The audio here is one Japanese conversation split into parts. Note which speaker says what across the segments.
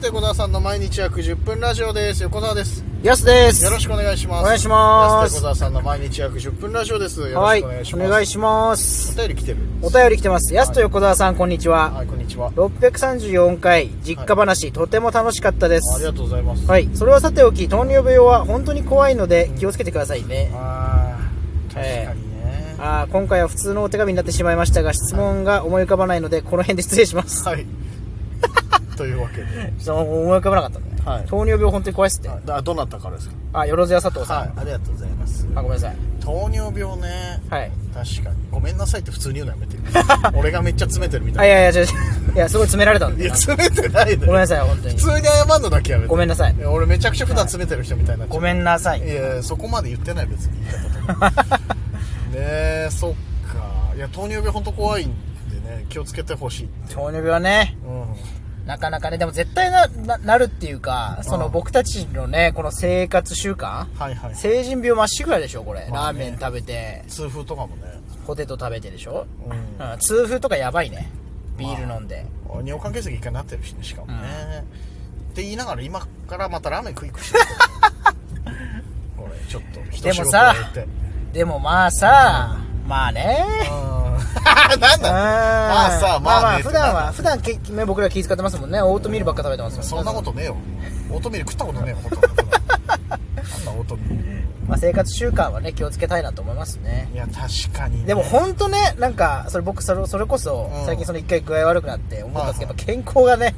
Speaker 1: テコダさんの毎日約10分ラジオです横澤です
Speaker 2: やすです
Speaker 1: よろしくお願いします
Speaker 2: お願いします
Speaker 1: ヤステコダさんの毎日約10分ラジオですよろ
Speaker 2: は
Speaker 1: し
Speaker 2: い
Speaker 1: くお願いし
Speaker 2: お
Speaker 1: ます、
Speaker 2: 願いします
Speaker 1: お便り来てる
Speaker 2: お便り来てますやすと横澤さんこんにちは、
Speaker 1: はいこんにちは
Speaker 2: 634回実家話、とても楽しかったで
Speaker 1: あり
Speaker 2: す
Speaker 1: がとうございます
Speaker 2: はいそれはさておき糖尿病は本当に怖いので気をつけてくださいね、
Speaker 1: あー確かにね、
Speaker 2: あー今回は普通のお手紙になってしまいましたが質問が思い浮かばないのでこの辺で失礼します
Speaker 1: はいというわ けで
Speaker 2: 質問思い浮かばなかったね、
Speaker 1: はい
Speaker 2: 糖尿病本当に怖いっすって、
Speaker 1: あだどなたからですか
Speaker 2: あよろずや佐藤さん、
Speaker 1: はいありがとうございます
Speaker 2: あごめんなさい
Speaker 1: 糖尿病ね
Speaker 2: はい
Speaker 1: 確かにごめんなさいって普通に言うのやめ て俺がめっちゃ詰めてるみた
Speaker 2: あ
Speaker 1: い
Speaker 2: いやいや違う違ういやすごい詰められたん
Speaker 1: ない
Speaker 2: で
Speaker 1: や詰めてないで
Speaker 2: ごめんなさい本当に
Speaker 1: 普通に謝るのだけやめて
Speaker 2: ごめんなさい
Speaker 1: いや俺めちゃくちゃ普段詰めてる人みたいになっちゃう
Speaker 2: ごめんなさい
Speaker 1: いやそこまで言ってない別 に言い方とかねえそっかいや糖尿病本当怖いんでね気をつけてほしいって
Speaker 2: 糖尿病はね
Speaker 1: うん
Speaker 2: なかなかねでも絶対なななるっていうかその僕たちのねこの生活習慣
Speaker 1: はいはい
Speaker 2: 成人病まっしぐらでしょこれ、
Speaker 1: まあ
Speaker 2: ラー
Speaker 1: ね
Speaker 2: メン食べて
Speaker 1: 痛風とかもね
Speaker 2: ポテト食べてでしょ、
Speaker 1: うん
Speaker 2: うん、痛風とかやばいねビール飲んで、
Speaker 1: 尿管結石一回なってるしねしかもね、って言いながら今からまたラーメン食い食い してるこれちょっと一
Speaker 2: でもさ
Speaker 1: 仕事終えて
Speaker 2: でもまあさ、まあね
Speaker 1: うん なんだまあさまあ、ね、
Speaker 2: 普段は普段けね僕ら気遣ってますもんねオートミールばっか食べてますもんね
Speaker 1: そんなことねえ よオートミール食ったことねえよほとん どなんだオートミール
Speaker 2: まあ、生活習慣はね気をつけたいなと思いますね
Speaker 1: いや確かにね
Speaker 2: でも本当ねなんかそれ僕それそれこそ
Speaker 1: うん
Speaker 2: 最近その一回具合悪くなって思ったんですけど、
Speaker 1: は
Speaker 2: やっぱ健康がね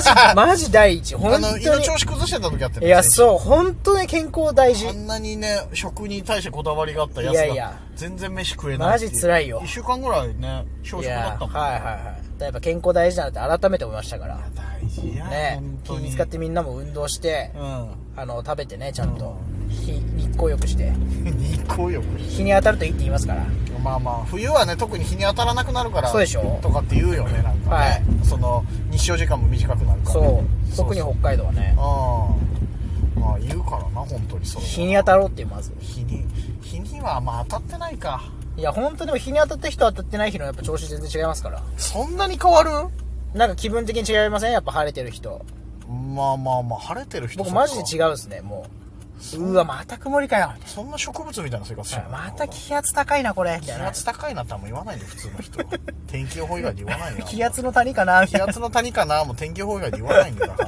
Speaker 2: ジマジ第一本
Speaker 1: あ
Speaker 2: 当
Speaker 1: の胃
Speaker 2: に
Speaker 1: の調子崩してた時あって
Speaker 2: いやそう本当に健康大事
Speaker 1: あんなにね食に対してこだわりがあったやつ
Speaker 2: いやいや
Speaker 1: が全然飯食えないってう
Speaker 2: マジ辛いよ
Speaker 1: 一週間ぐらいね小食
Speaker 2: い
Speaker 1: だ
Speaker 2: や
Speaker 1: っ
Speaker 2: は
Speaker 1: た
Speaker 2: い
Speaker 1: もん
Speaker 2: はいはいやっぱ健康大事だなって改めて思いましたから
Speaker 1: 大事や
Speaker 2: ね
Speaker 1: 本
Speaker 2: 気
Speaker 1: 当
Speaker 2: に使ってみんなも運動して
Speaker 1: う、ん
Speaker 2: あの食べてねちゃんと日日光浴して
Speaker 1: 日光浴
Speaker 2: 日に当たるといいって言いますから
Speaker 1: まあまあ冬はね特に日に当たらなくなるから
Speaker 2: そうでしょ
Speaker 1: とかって言うよねなんかね、
Speaker 2: はい
Speaker 1: その日照時間も短くなるから
Speaker 2: そう特に
Speaker 1: あ
Speaker 2: 北海道はね
Speaker 1: あーまあ言うからな本当にそう
Speaker 2: 日に当たろうってまず
Speaker 1: 日に日にはまあ当たってないか
Speaker 2: いや本当でも日に当たった人当たってない日のやっぱ調子全然違いますから
Speaker 1: そんなに変わる
Speaker 2: なんか気分的に違いませんやっぱ晴れてる人
Speaker 1: まあまあまあ晴れてる人
Speaker 2: 僕
Speaker 1: とか
Speaker 2: マジで違うんですねもううわまた曇りかよみ
Speaker 1: そんな植物みたいな生活して
Speaker 2: たい
Speaker 1: る
Speaker 2: な
Speaker 1: の
Speaker 2: また気圧高いなこれみ
Speaker 1: 気
Speaker 2: たいな
Speaker 1: 圧高いなってあんま言わないで普通の 人は天気予報以外で言わないな
Speaker 2: 気圧の谷かなみ
Speaker 1: 気
Speaker 2: たいな
Speaker 1: 圧の谷かなもう天気予報以外で言わないんだか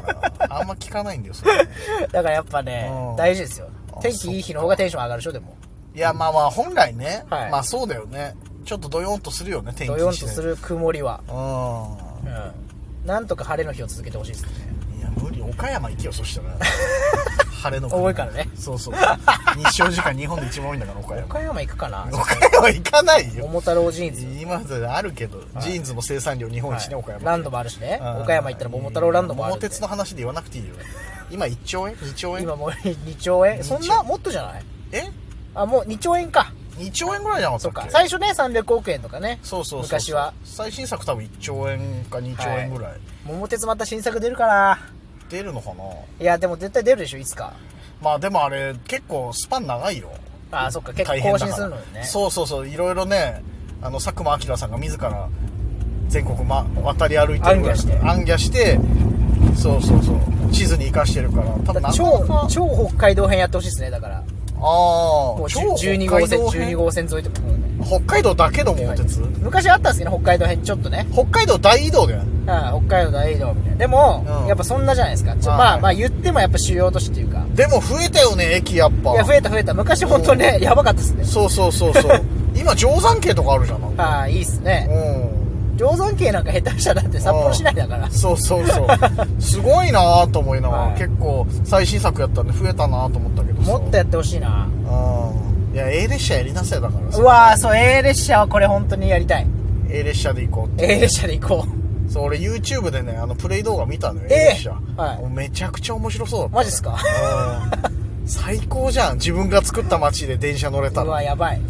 Speaker 1: らあんま聞かないんだよそれ
Speaker 2: だからやっぱね
Speaker 1: うん
Speaker 2: 大事ですよ
Speaker 1: あ
Speaker 2: 天気いい日の方がテンション上がるでしょでも
Speaker 1: いやまあまあ本来ね、
Speaker 2: はい
Speaker 1: まあそうだよねちょっとドヨンとするよね天気
Speaker 2: ドヨンとす
Speaker 1: る
Speaker 2: る曇りは
Speaker 1: うん
Speaker 2: うんなんとか晴れの日を続けてほしいですね
Speaker 1: いや無理岡山行けよそ したら晴れの国
Speaker 2: 多いからね
Speaker 1: そうそう日照時間日本で一番多いんだから岡山
Speaker 2: 岡山行くかな
Speaker 1: 岡山行かないよ
Speaker 2: 桃太郎ジーンズ
Speaker 1: 今まであるけど、ジーンズの生産量日本一ね、岡山
Speaker 2: ランドもあるしね
Speaker 1: うん
Speaker 2: 岡山行ったら桃太郎ランドもある
Speaker 1: 桃
Speaker 2: んで
Speaker 1: 鉄の話で言わなくていいよ今1兆円2兆円
Speaker 2: 今もう2兆円そんなもっとじゃない
Speaker 1: え
Speaker 2: あもう2兆円か
Speaker 1: 2兆円ぐらいじゃなか
Speaker 2: そ
Speaker 1: っ
Speaker 2: った
Speaker 1: っ
Speaker 2: か
Speaker 1: け
Speaker 2: 最初ね300億円とかね
Speaker 1: そうそうそう
Speaker 2: 昔は
Speaker 1: 最新作多分1兆円か2兆円ぐらい、
Speaker 2: 桃鉄また新作出るかな
Speaker 1: 出るのかない
Speaker 2: やでも絶対出るでしょいつか
Speaker 1: まあでもあれ結構スパン長いよ
Speaker 2: ああそっか結
Speaker 1: 大
Speaker 2: 構
Speaker 1: 変
Speaker 2: 更
Speaker 1: だ
Speaker 2: 新
Speaker 1: か
Speaker 2: す
Speaker 1: ら
Speaker 2: るのよね
Speaker 1: そうそうそういろいろねあの佐久間明さんが自ら全国、ま、渡り歩いてるぐらい
Speaker 2: 行脚して
Speaker 1: 暗脚してそうそうそう地図に生かしてるから多分
Speaker 2: だから
Speaker 1: なかな
Speaker 2: 超
Speaker 1: か
Speaker 2: 超北海道編やってほしいですねだから
Speaker 1: あ
Speaker 2: も
Speaker 1: あ
Speaker 2: う
Speaker 1: 超北
Speaker 2: 12号
Speaker 1: 海
Speaker 2: 線
Speaker 1: 道
Speaker 2: 12
Speaker 1: 編
Speaker 2: 号線沿いとかもね
Speaker 1: 北海道だけの桃鉄
Speaker 2: 昔あったんですけどね北海道編ちょっとね
Speaker 1: 北海道大移動だよ
Speaker 2: うん北海道大移動みたいなでも、
Speaker 1: うん
Speaker 2: やっぱそんなじゃないですかちょ
Speaker 1: まあ
Speaker 2: まあ
Speaker 1: はい
Speaker 2: まあ言ってもやっぱ主要都市っていうか
Speaker 1: でも増えたよね駅やっぱ
Speaker 2: いや増えた増えた昔本当にねやばかったっすね
Speaker 1: そうそうそうそう 今定山系とかあるじゃんなんか
Speaker 2: ああいいっすね
Speaker 1: うん
Speaker 2: 定山系なんか下手したらだって札幌市内だから
Speaker 1: そうそうそう すごいなーと思いながら、
Speaker 2: はい
Speaker 1: 結構最新作やったんで増えたなーと思ったけどさ
Speaker 2: もっとやってほしいな
Speaker 1: うんいや A 列車やりなさいだから
Speaker 2: う
Speaker 1: さ
Speaker 2: わーそう A 列車はこれ本当にやりたい
Speaker 1: A 列車で行こうって
Speaker 2: A 列車で行こ
Speaker 1: そう俺 YouTube でねあのプレイ動画見たのよ、
Speaker 2: ええ
Speaker 1: A 列車、
Speaker 2: はい
Speaker 1: めちゃくちゃ面白そうだっ
Speaker 2: う
Speaker 1: た
Speaker 2: マジっすか
Speaker 1: うん最高じゃん自分が作った街で電車乗れ
Speaker 2: う
Speaker 1: たら
Speaker 2: わやばい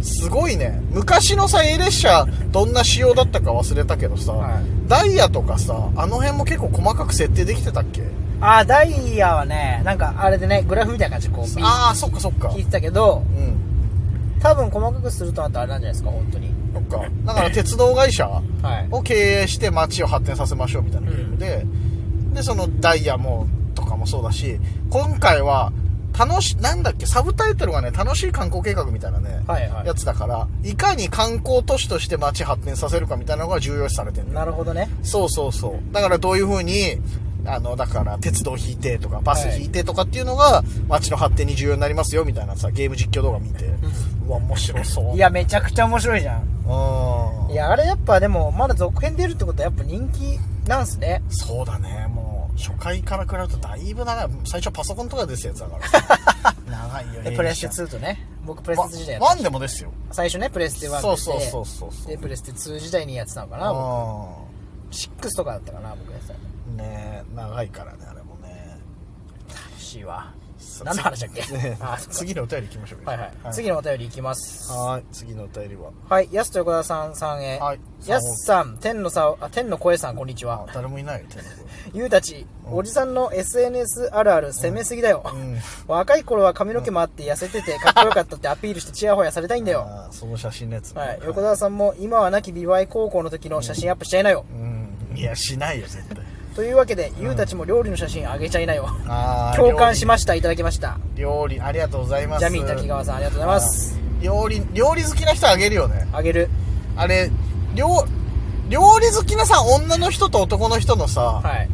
Speaker 1: すごいね昔のさ A 列車どんな仕様だったか忘れたけどさ、
Speaker 2: はい
Speaker 1: ダイヤとかさあの辺も結構細かく設定できてたっけ
Speaker 2: あーダイヤはねなんかあれでねグラフみたいな感じでこうピー
Speaker 1: ああそっかそっか
Speaker 2: 聞いてたけど
Speaker 1: うん
Speaker 2: 多分細かくするとあとあれなんじゃないですか本当に
Speaker 1: そっかだから鉄道会社
Speaker 2: はい
Speaker 1: を経営して街を発展させましょうみたいなゲームで、でそのダイヤもとかもそうだし今回は楽しなんだっけサブタイトルがね楽しい観光計画みたいなね、
Speaker 2: はいはい
Speaker 1: やつだからいかに観光都市として街発展させるかみたいなのが重要視されてる
Speaker 2: なるほどね
Speaker 1: そうそうそうだからどういうふうにあのだから鉄道引いてとかバス引いてとかっていうのが街の発展に重要になりますよみたいなさゲーム実況動画見て、うわ面白そう
Speaker 2: いやめちゃくちゃ面白いじゃん
Speaker 1: うん
Speaker 2: いやあれやっぱでもまだ続編出るってことはやっぱ人気なんすね
Speaker 1: そうだねもう初回から比べるとだいぶ長い最初パソコンとかですやつだからさ 長いよ
Speaker 2: で
Speaker 1: ね
Speaker 2: プレステ2とね僕プレステ時代やっ
Speaker 1: ワンでもですよ
Speaker 2: た最初ねプレステ1
Speaker 1: そうそうそうそうそう
Speaker 2: でプレステ2時代にやってたのかな僕
Speaker 1: う
Speaker 2: 6とかだったかな僕やってたの
Speaker 1: んねえ長いからねあれもね
Speaker 2: 楽しいわ 何の話だっけあそっか
Speaker 1: 次のお便り行きましょうか
Speaker 2: はいはい、次のお便りいきます
Speaker 1: はい次のお便りは
Speaker 2: はいやすと横田さんさんへ
Speaker 1: はい
Speaker 2: やすさん天のさあ天の声さんこんにち
Speaker 1: あ
Speaker 2: は
Speaker 1: 誰もいないよ手の
Speaker 2: ゆうたちおじさんの SNS あるある攻めすぎだよ、
Speaker 1: うんうん
Speaker 2: 若い頃は髪の毛もあって痩せててかっこよかったってアピールしてチヤホヤされたいんだよ、
Speaker 1: あーその写真のやつね
Speaker 2: はい、横澤さんも今は亡き美唄高校の時の写真アップしちゃいなよ、
Speaker 1: うんいやしないよ絶対
Speaker 2: というわけで、ゆうたちも料理の写真あげちゃいなよ
Speaker 1: あー
Speaker 2: 共感しましたいただきました
Speaker 1: 料理ありがとうございます
Speaker 2: ジャミー滝川さんありがとうございます
Speaker 1: あー料理料理好きな人あげるよね
Speaker 2: あげる
Speaker 1: あれ料料理好きなさ女の人と男の人のさ、
Speaker 2: はい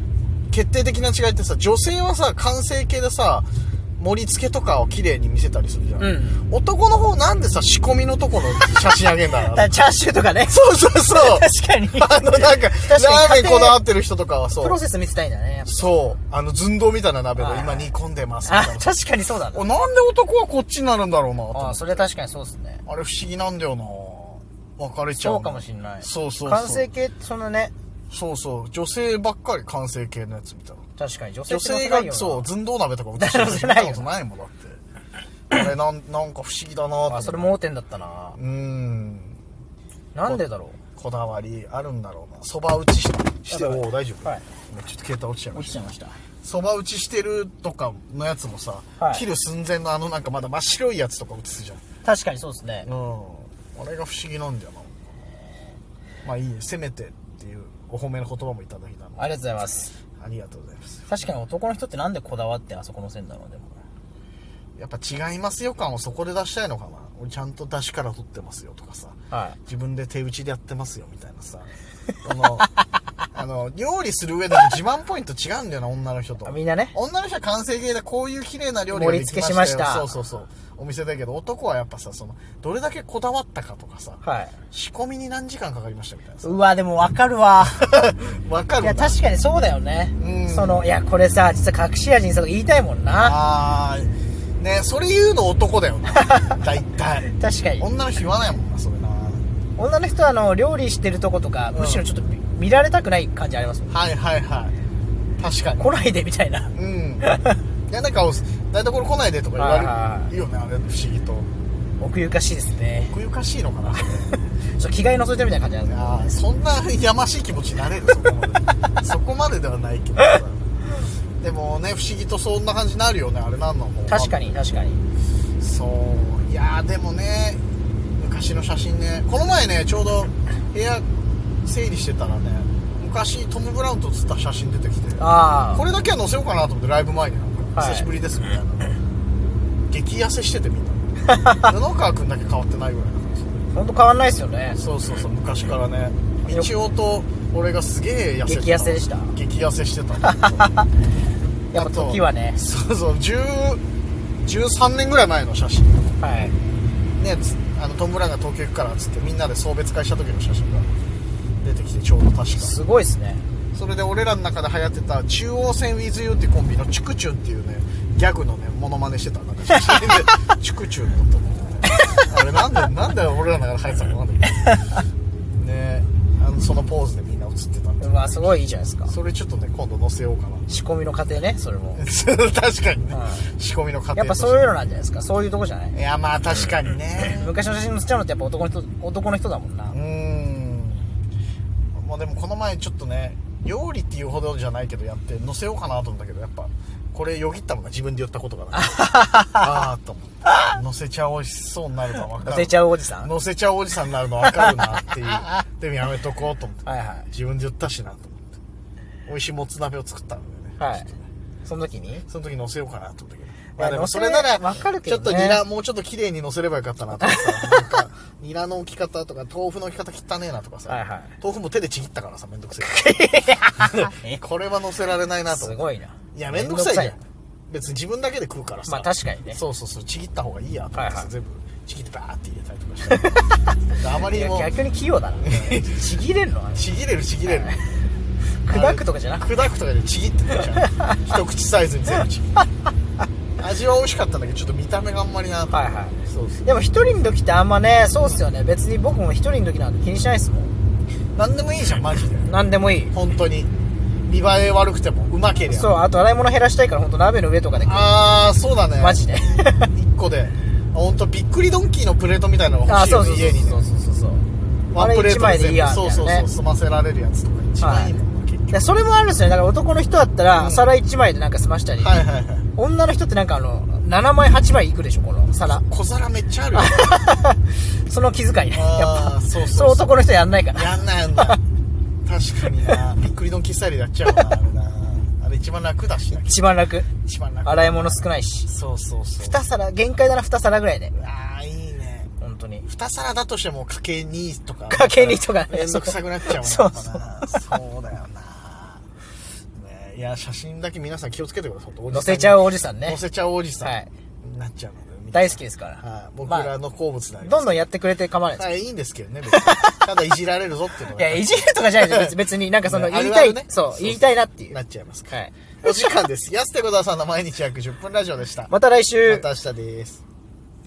Speaker 1: 決定的な違いってさ女性はさ完成形でさ盛り付けとかを綺麗に見せたりするじゃん、
Speaker 2: うん
Speaker 1: 男の方なんでさ仕込みのとこの写真あげんだ
Speaker 2: だ
Speaker 1: ろ
Speaker 2: からチャーシューとかね
Speaker 1: そうそうそう
Speaker 2: 確かに
Speaker 1: あのなんか
Speaker 2: 確かに
Speaker 1: ラーメンこだわってる人とかはそ
Speaker 2: プ
Speaker 1: う
Speaker 2: ロセス見せたいんだね
Speaker 1: そうあの寸胴みたいな鍋で
Speaker 2: はい
Speaker 1: 今煮込んでますみ
Speaker 2: あ
Speaker 1: たいな
Speaker 2: 確かにそうだね
Speaker 1: おなんで男はこっちになるんだろうなと思
Speaker 2: あ
Speaker 1: っ
Speaker 2: あ
Speaker 1: て
Speaker 2: それ確かにそうっすね
Speaker 1: あれ不思議なんだよな別れちゃう
Speaker 2: そうかもしんない
Speaker 1: そうそうそう
Speaker 2: 完成形ってそんなね
Speaker 1: そうそう女性ばっかり完成形のやつみたいな
Speaker 2: 確かに女
Speaker 1: 女
Speaker 2: 性って
Speaker 1: 性
Speaker 2: な
Speaker 1: が
Speaker 2: よな
Speaker 1: そう寸胴鍋とか売ってる
Speaker 2: 出
Speaker 1: 人
Speaker 2: せ
Speaker 1: 見
Speaker 2: な
Speaker 1: た
Speaker 2: いよ
Speaker 1: ことないもんだ ってあれなんなんか不思議だなと
Speaker 2: あそれ盲点だったな
Speaker 1: うーん
Speaker 2: なんでだろ
Speaker 1: こだわりあるんだろうなそば打ちしてして
Speaker 2: やばい
Speaker 1: おお大丈夫、
Speaker 2: はい
Speaker 1: ちょっと携帯落ちちゃいうま
Speaker 2: 落
Speaker 1: し
Speaker 2: ちちゃ
Speaker 1: た
Speaker 2: いました
Speaker 1: そば打ちしてるとかのやつもさ、
Speaker 2: はい
Speaker 1: 切る寸前のあのなんかまだ真っ白いやつとか映すじゃん
Speaker 2: 確かにそうですね
Speaker 1: うんあれが不思議なんだよなまあいいねせめてっていうお褒めの言葉もいただいたので
Speaker 2: ありがとうございます
Speaker 1: ありがとうございます
Speaker 2: 確かに男の人ってなんでこだわってあそこの線だろうでも
Speaker 1: やっぱ違いますよ感をそこで出したいのかな俺ちゃんと出しから取ってますよとかさ
Speaker 2: はい
Speaker 1: 自分で手打ちでやってますよみたいなさあの あの料理する上でも自慢ポイント違うんだよな女の人と
Speaker 2: あみんなね
Speaker 1: 女の人は完成形でこういう綺麗な料理ができましたよ
Speaker 2: 盛り付けしました
Speaker 1: そうそうそうお店だけど男はやっぱさそのどれだけこだわったかとかさ
Speaker 2: はい
Speaker 1: 仕込みに何時間かかりましたみた いなさ
Speaker 2: うわでもわかる わ
Speaker 1: わか
Speaker 2: い
Speaker 1: る
Speaker 2: や
Speaker 1: んだ
Speaker 2: 確かにそうだよね
Speaker 1: うん
Speaker 2: そのいやこれさ実は隠し味にさとか言いたいもんな
Speaker 1: あーねそれ言うの男だよな大体
Speaker 2: 確かに
Speaker 1: 女の人言わないもんなそれな
Speaker 2: 女の人はあの料理してるとことか
Speaker 1: うん
Speaker 2: むしろちょっと見見られたくない感じありますもん
Speaker 1: はいはいはい確かに
Speaker 2: 来ないでみたいな
Speaker 1: うん いやなんか台所来ないでとか言
Speaker 2: はいはい
Speaker 1: わ
Speaker 2: は
Speaker 1: れるよねあれ不思議と
Speaker 2: 奥ゆかしいですね
Speaker 1: 奥ゆかしいのかな
Speaker 2: そう着替え覗いてるみたいな感じなんです
Speaker 1: あーそんなやましい気持ちになれるそこま でそこまでではないけどさでもね不思議とそんな感じになるよねあれなんなの
Speaker 2: けど確かに確かに
Speaker 1: そういやーでもね昔の写真ねこの前ねちょうど部屋整理してたらね昔トム・ブラウンと写った写真出てきて
Speaker 2: あ
Speaker 1: これだけは載せようかなと思ってライブ前になんか、
Speaker 2: は
Speaker 1: 久
Speaker 2: い
Speaker 1: しぶりですみたいな激痩せしててみん な布川君だけ変わってないぐらいな感じ
Speaker 2: あ本当変わんないですよね
Speaker 1: そうそうそう昔からね一応と俺がすげえ痩せて
Speaker 2: 激痩せでした
Speaker 1: 激痩せして た
Speaker 2: やっぱ時はね
Speaker 1: そうそう10 13年ぐらい前の写真
Speaker 2: はい
Speaker 1: ね、つあのトム・ブラウンが東京行くからっつってみんなで送別会した時の写真が出てきてちょうど確か
Speaker 2: すごいですね
Speaker 1: それで俺らの中で流行ってた中央線 WithYou っていうコンビのチュクチュンっていうねギャグのねモノマネしてたなんか写真で チュクチュンの音もねあれなんでなんで俺らの中で流行ってたのかなんだけどねあのそのポーズでみんな写ってたんで
Speaker 2: うわすごいいいじゃないですか
Speaker 1: それちょっとね今度載せようかな
Speaker 2: 仕込みの過程ねそれも
Speaker 1: 確かにね、
Speaker 2: は
Speaker 1: 仕込みの過程
Speaker 2: やっぱ
Speaker 1: として
Speaker 2: そういうのなんじゃないですかそういうとこじゃない
Speaker 1: いやまあ確かにね
Speaker 2: 昔の写真のっちゃうのってやっぱ男の人男の人だもんな
Speaker 1: うーんまあでもこの前ちょっとね料理っていうほどじゃないけどやって載せようかなと思ったけどやっぱこれよぎったのが自分で言ったことがなああと思って載せちゃおいしそうになるの分かる
Speaker 2: 載せちゃうおじさん
Speaker 1: 載せちゃうおじさんになるの分かるなっていうでもやめとこうと思って
Speaker 2: はいはい
Speaker 1: 自分で言ったしなと思って美味しいもつ鍋を作ったんでね
Speaker 2: はいその時に
Speaker 1: その時乗せようかなと思ったけど。
Speaker 2: や
Speaker 1: まあでも
Speaker 2: 乗せ
Speaker 1: それなら、
Speaker 2: わかるけ
Speaker 1: ち
Speaker 2: ど
Speaker 1: ょっ
Speaker 2: ね
Speaker 1: とニラ、もうちょっと綺麗に乗せればよかったなとか さ、なんか、ニラの置き方とか、豆腐の置き方汚ねえなとかさ、
Speaker 2: はいはい
Speaker 1: 豆腐も手でちぎったからさ、めんどくせえ。 これは乗せられないなと
Speaker 2: す
Speaker 1: 思う。
Speaker 2: ごいない
Speaker 1: や、めんどくさいじゃ
Speaker 2: め
Speaker 1: ん。別に自分だけで食うからさ。
Speaker 2: まあ確かにね
Speaker 1: そうそうそう、ちぎった方がいいやと思ってさ、
Speaker 2: はいはい
Speaker 1: 全部、ちぎってバーって入れたりとか して。あま
Speaker 2: い
Speaker 1: りに
Speaker 2: や
Speaker 1: も、
Speaker 2: 逆に器用だ なちぎれんのあれ
Speaker 1: ちぎれるちぎれる。
Speaker 2: 砕くとかじゃなくて
Speaker 1: 砕くとかでちぎってたじゃん一口サイズに全部ちぎっ て味は美味しかったんだけどちょっと見た目があんまりな
Speaker 2: はいはい
Speaker 1: そうそう
Speaker 2: でも一人の時ってあんまねそうっすよね別に僕も一人の時なんて気にしないっすもん
Speaker 1: 何でもいいじゃんマジで
Speaker 2: 何でもいい
Speaker 1: 本当に見栄え悪くてもうまけりゃ
Speaker 2: そうあと洗い物減らしたいから本当鍋の上とかで食う
Speaker 1: ああそうだね
Speaker 2: マジで
Speaker 1: 1個で本当びっくりドンキーのプレートみたいなのが
Speaker 2: あ
Speaker 1: 欲しい
Speaker 2: そ
Speaker 1: よね家
Speaker 2: うそう
Speaker 1: にね
Speaker 2: そうそうそうそう
Speaker 1: ワンプレートで
Speaker 2: あれ一枚でいいやみたい
Speaker 1: そ
Speaker 2: な
Speaker 1: う
Speaker 2: ね
Speaker 1: そうそう済ませられるやつとか一番いいもんな結
Speaker 2: い
Speaker 1: 局
Speaker 2: やそれもあるんですよねだから男の人だったら、
Speaker 1: うん
Speaker 2: 皿1枚でなんか済ましたり、
Speaker 1: はいはいはい
Speaker 2: 女の人ってなんかあの7枚8枚いくでしょこの皿
Speaker 1: 小皿めっちゃあ るよ
Speaker 2: その気遣いねやっ
Speaker 1: あー
Speaker 2: ぱ
Speaker 1: そうそうそう
Speaker 2: れ男の人やんないから
Speaker 1: やんなやんな確かになびっくりドンキースタイルやっちゃうなあれなあれ一番楽だしな
Speaker 2: 一番楽
Speaker 1: 一番楽
Speaker 2: 洗い物少ないし
Speaker 1: そうそうそう
Speaker 2: 2皿限界だな2皿ぐらいで
Speaker 1: ああいいね
Speaker 2: 本当に
Speaker 1: 二皿だとしてもかけ2とか
Speaker 2: かけ2とかね
Speaker 1: めんどくさくなっちゃう
Speaker 2: そう
Speaker 1: もんなそうだよな、ね、いや写真だけ皆さん気をつけてください
Speaker 2: 乗せちゃう
Speaker 1: お
Speaker 2: おじさん
Speaker 1: じさん
Speaker 2: ね
Speaker 1: 載せちゃうおじさん、
Speaker 2: はい
Speaker 1: になっちゃうので
Speaker 2: 大好きですから、
Speaker 1: はい、僕らの好物でありま
Speaker 2: どん
Speaker 1: す、
Speaker 2: どんやってくれて構わないです、
Speaker 1: はい、いいんですけどね別にただいじられるぞっていうの
Speaker 2: い、や
Speaker 1: が
Speaker 2: いじるとかじゃないです別別になんかその
Speaker 1: ねあ
Speaker 2: 言い
Speaker 1: るあ
Speaker 2: たい、
Speaker 1: るね
Speaker 2: そう
Speaker 1: そう
Speaker 2: 言いたいなっていう
Speaker 1: なっちゃいますか
Speaker 2: はい
Speaker 1: お時間です。安手小沢さんの毎日約10分ラジオでした。
Speaker 2: また来週
Speaker 1: また明日です。